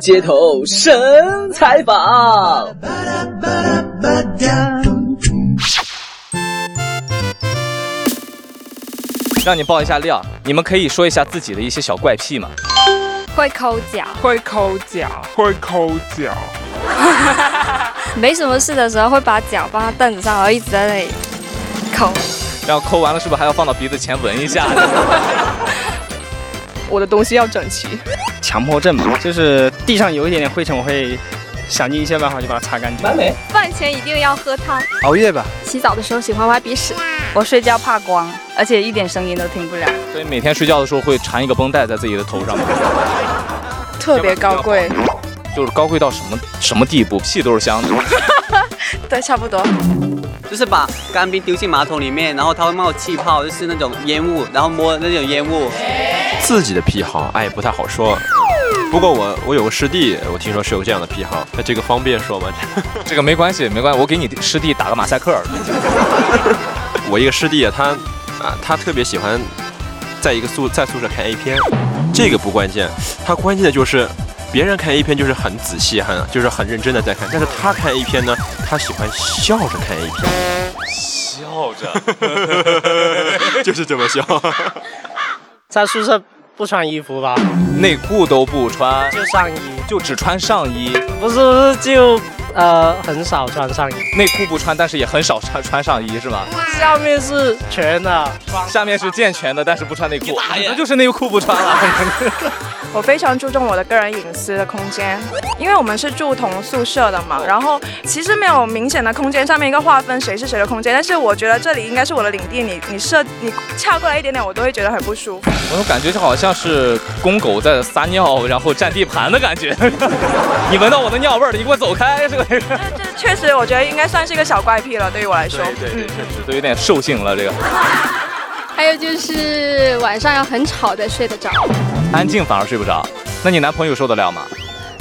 街头神采访。让你爆一下料，你们可以说一下自己的一些小怪癖吗？会抠脚，会抠脚，会抠脚，没什么事的时候会把脚放到凳子上，然后一直在那里抠。然后抠完了是不是还要放到鼻子前闻一下？我的东西要整齐。强迫症吧，就是地上有一点点灰尘，我会想尽一切办法就把它擦干净。完美。饭前一定要喝汤，熬夜吧，洗澡的时候喜欢挖鼻屎。我睡觉怕光，而且一点声音都听不了。所以每天睡觉的时候会缠一个绷带在自己的头上吗，特别高贵，就是高贵到什么什么地步，屁都是香的。对，差不多。就是把干冰丢进马桶里面，然后它会冒气泡，就是那种烟雾，然后摸那种烟雾。自己的癖好，哎，不太好说。不过我我有个师弟，我听说是有这样的癖好，那这个方便说吗？ 这个没关系，没关系，我给你师弟打个马赛克。我一个师弟啊，他啊，他特别喜欢在一个宿在宿舍看 A 片，这个不关键，他关键的就是别人看 A 片就是很仔细，很就是很认真的在看，但是他看 A 片呢，他喜欢笑着看 A 片，笑着， 就是这么笑。在宿舍不穿衣服吧，内裤都不穿，就上衣，就只穿上衣，不是不是就呃很少穿上衣，内裤不穿，但是也很少穿穿上衣是吗？下面是全的，下面是健全的，但是不穿内裤，那就是内裤不穿了。我非常注重我的个人隐私的空间，因为我们是住同宿舍的嘛，然后其实没有明显的空间上面一个划分谁是谁的空间，但是我觉得这里应该是我的领地，你你设你恰过来一点点，我都会觉得很不舒服。我总感觉就好像是公狗在撒尿，然后占地盘的感觉。 你闻到我的尿味儿了，你给我走开，是不是？这 确实，我觉得应该算是一个小怪癖了，对于我来说。对，确实都有点兽性 了。这个还有就是晚上要很吵才睡得着，安静反而睡不着，那你男朋友受得了吗？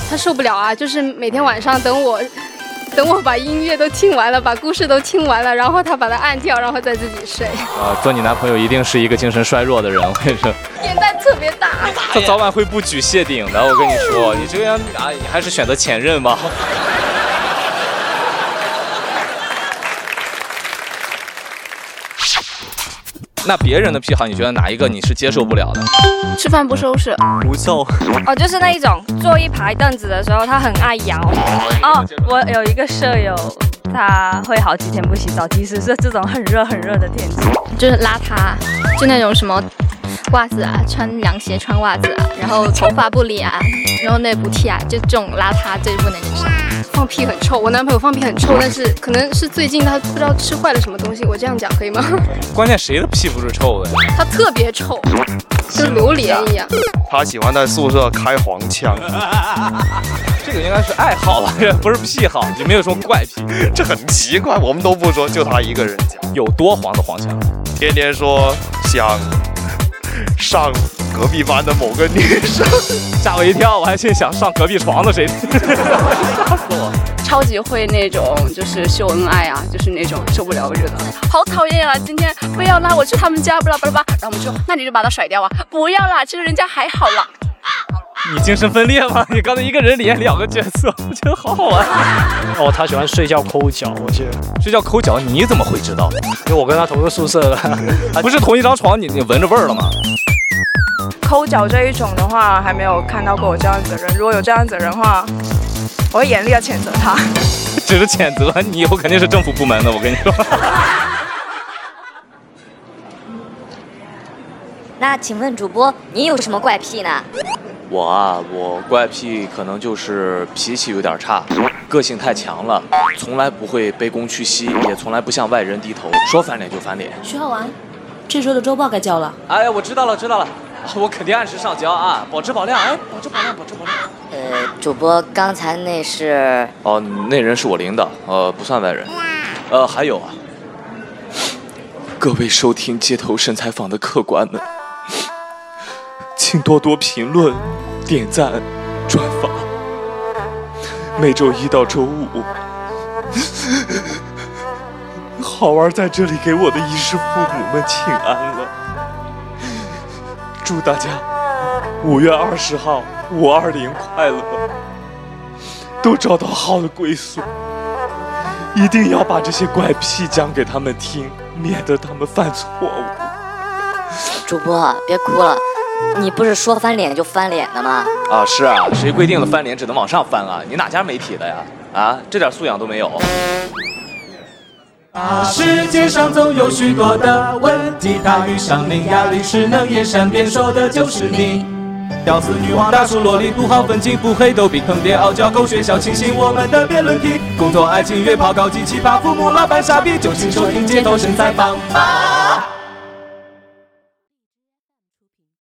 他受不了啊！就是每天晚上等我， 等我把音乐都听完了，把故事都听完了，然后他把它按掉，然后再自己睡，啊，做你男朋友一定是一个精神衰弱的人，我跟你说，眼袋特别大。他早晚会不举谢顶的。我跟你说，你这样啊，你还是选择前任 吧。那别人的癖好，你觉得哪一个你是接受不了的？吃饭不收拾，不揍，哦，就是那一种坐一排凳子的时候，他很爱摇。哦，我有一个舍友，他会好几天不洗澡，即使是这种很热很热的天气。就是邋遢，就那种什么袜子啊，穿凉鞋穿袜子啊，然后头发不理啊，然后内不剃啊，就这种邋遢最不能接受。放屁很臭，我男朋友放屁很臭，但是可能是最近他不知道吃坏了什么东西，我这样讲可以 吗？关键谁的屁股是臭的？他特别臭，跟榴莲一样。他喜欢在宿舍开黄腔，这个应该是爱好吧，这不是癖好，你没有说怪癖。这很奇怪，我们都不说，就他一个人讲，有多黄的黄腔？天天说想上隔壁班的某个女生。吓我一跳，我还心想上隔壁床的谁？ 超级会那种就是秀恩爱啊，就是那种受不了，我觉得好讨厌啊！今天非要拉我去他们家，巴拉巴拉巴拉，然后我们说那你就把他甩掉啊，不要啦，其实人家还好啦。你精神分裂吗？你刚才一个人演两个角色， 我觉得好好玩。哦，他喜欢睡觉抠脚，我记得，睡觉抠脚，你怎么会知道？因为我跟他同个宿舍的，不是同一张床，你你闻着味儿了吗？抠脚这一种的话，还没有看到过有这样子的人，如果有这样子的人的话，我会严厉的谴责他。 只是谴责你以后肯定是政府部门的，我跟你说。 那请问主播，您有什么怪癖呢？我啊，我怪癖可能就是脾气有点差，个性太强了，从来不会卑躬屈膝，也从来不向外人低头，说翻脸就翻脸。徐浩完，这周的周报该交了。哎呀，我知道了，知道了， 我肯定按时上交啊，保质保量，哎，保质保量，保质保量。呃，主播刚才那是哦，那人是我领导，呃，不算外人。呃，还有啊，各位收听街头神采访的客官们，请多多评论、点赞、转发。每周一到周五， 好玩在这里给我的衣食父母们请安了。祝大家五月二十号五二零快乐！都找到好的归宿。一定要把这些怪癖讲给他们听，免得他们犯错误。主播别哭了，你不是说翻脸就翻脸的吗？啊，是啊，谁规定了翻脸只能往上翻啊？你哪家媒体的呀？啊，这点素养都没有。啊，世界上总有许多的问题，他遇上伶牙俐齿能言善辩，说的就是你。屌丝女王、大叔、萝莉、土豪、愤青、腹黑、逗比、坑爹、傲娇、狗血、小清新，我们的辩论题，工作、爱情、约炮、高级、奇葩、父母、老板、傻逼，就请收听《街头神采访》吧。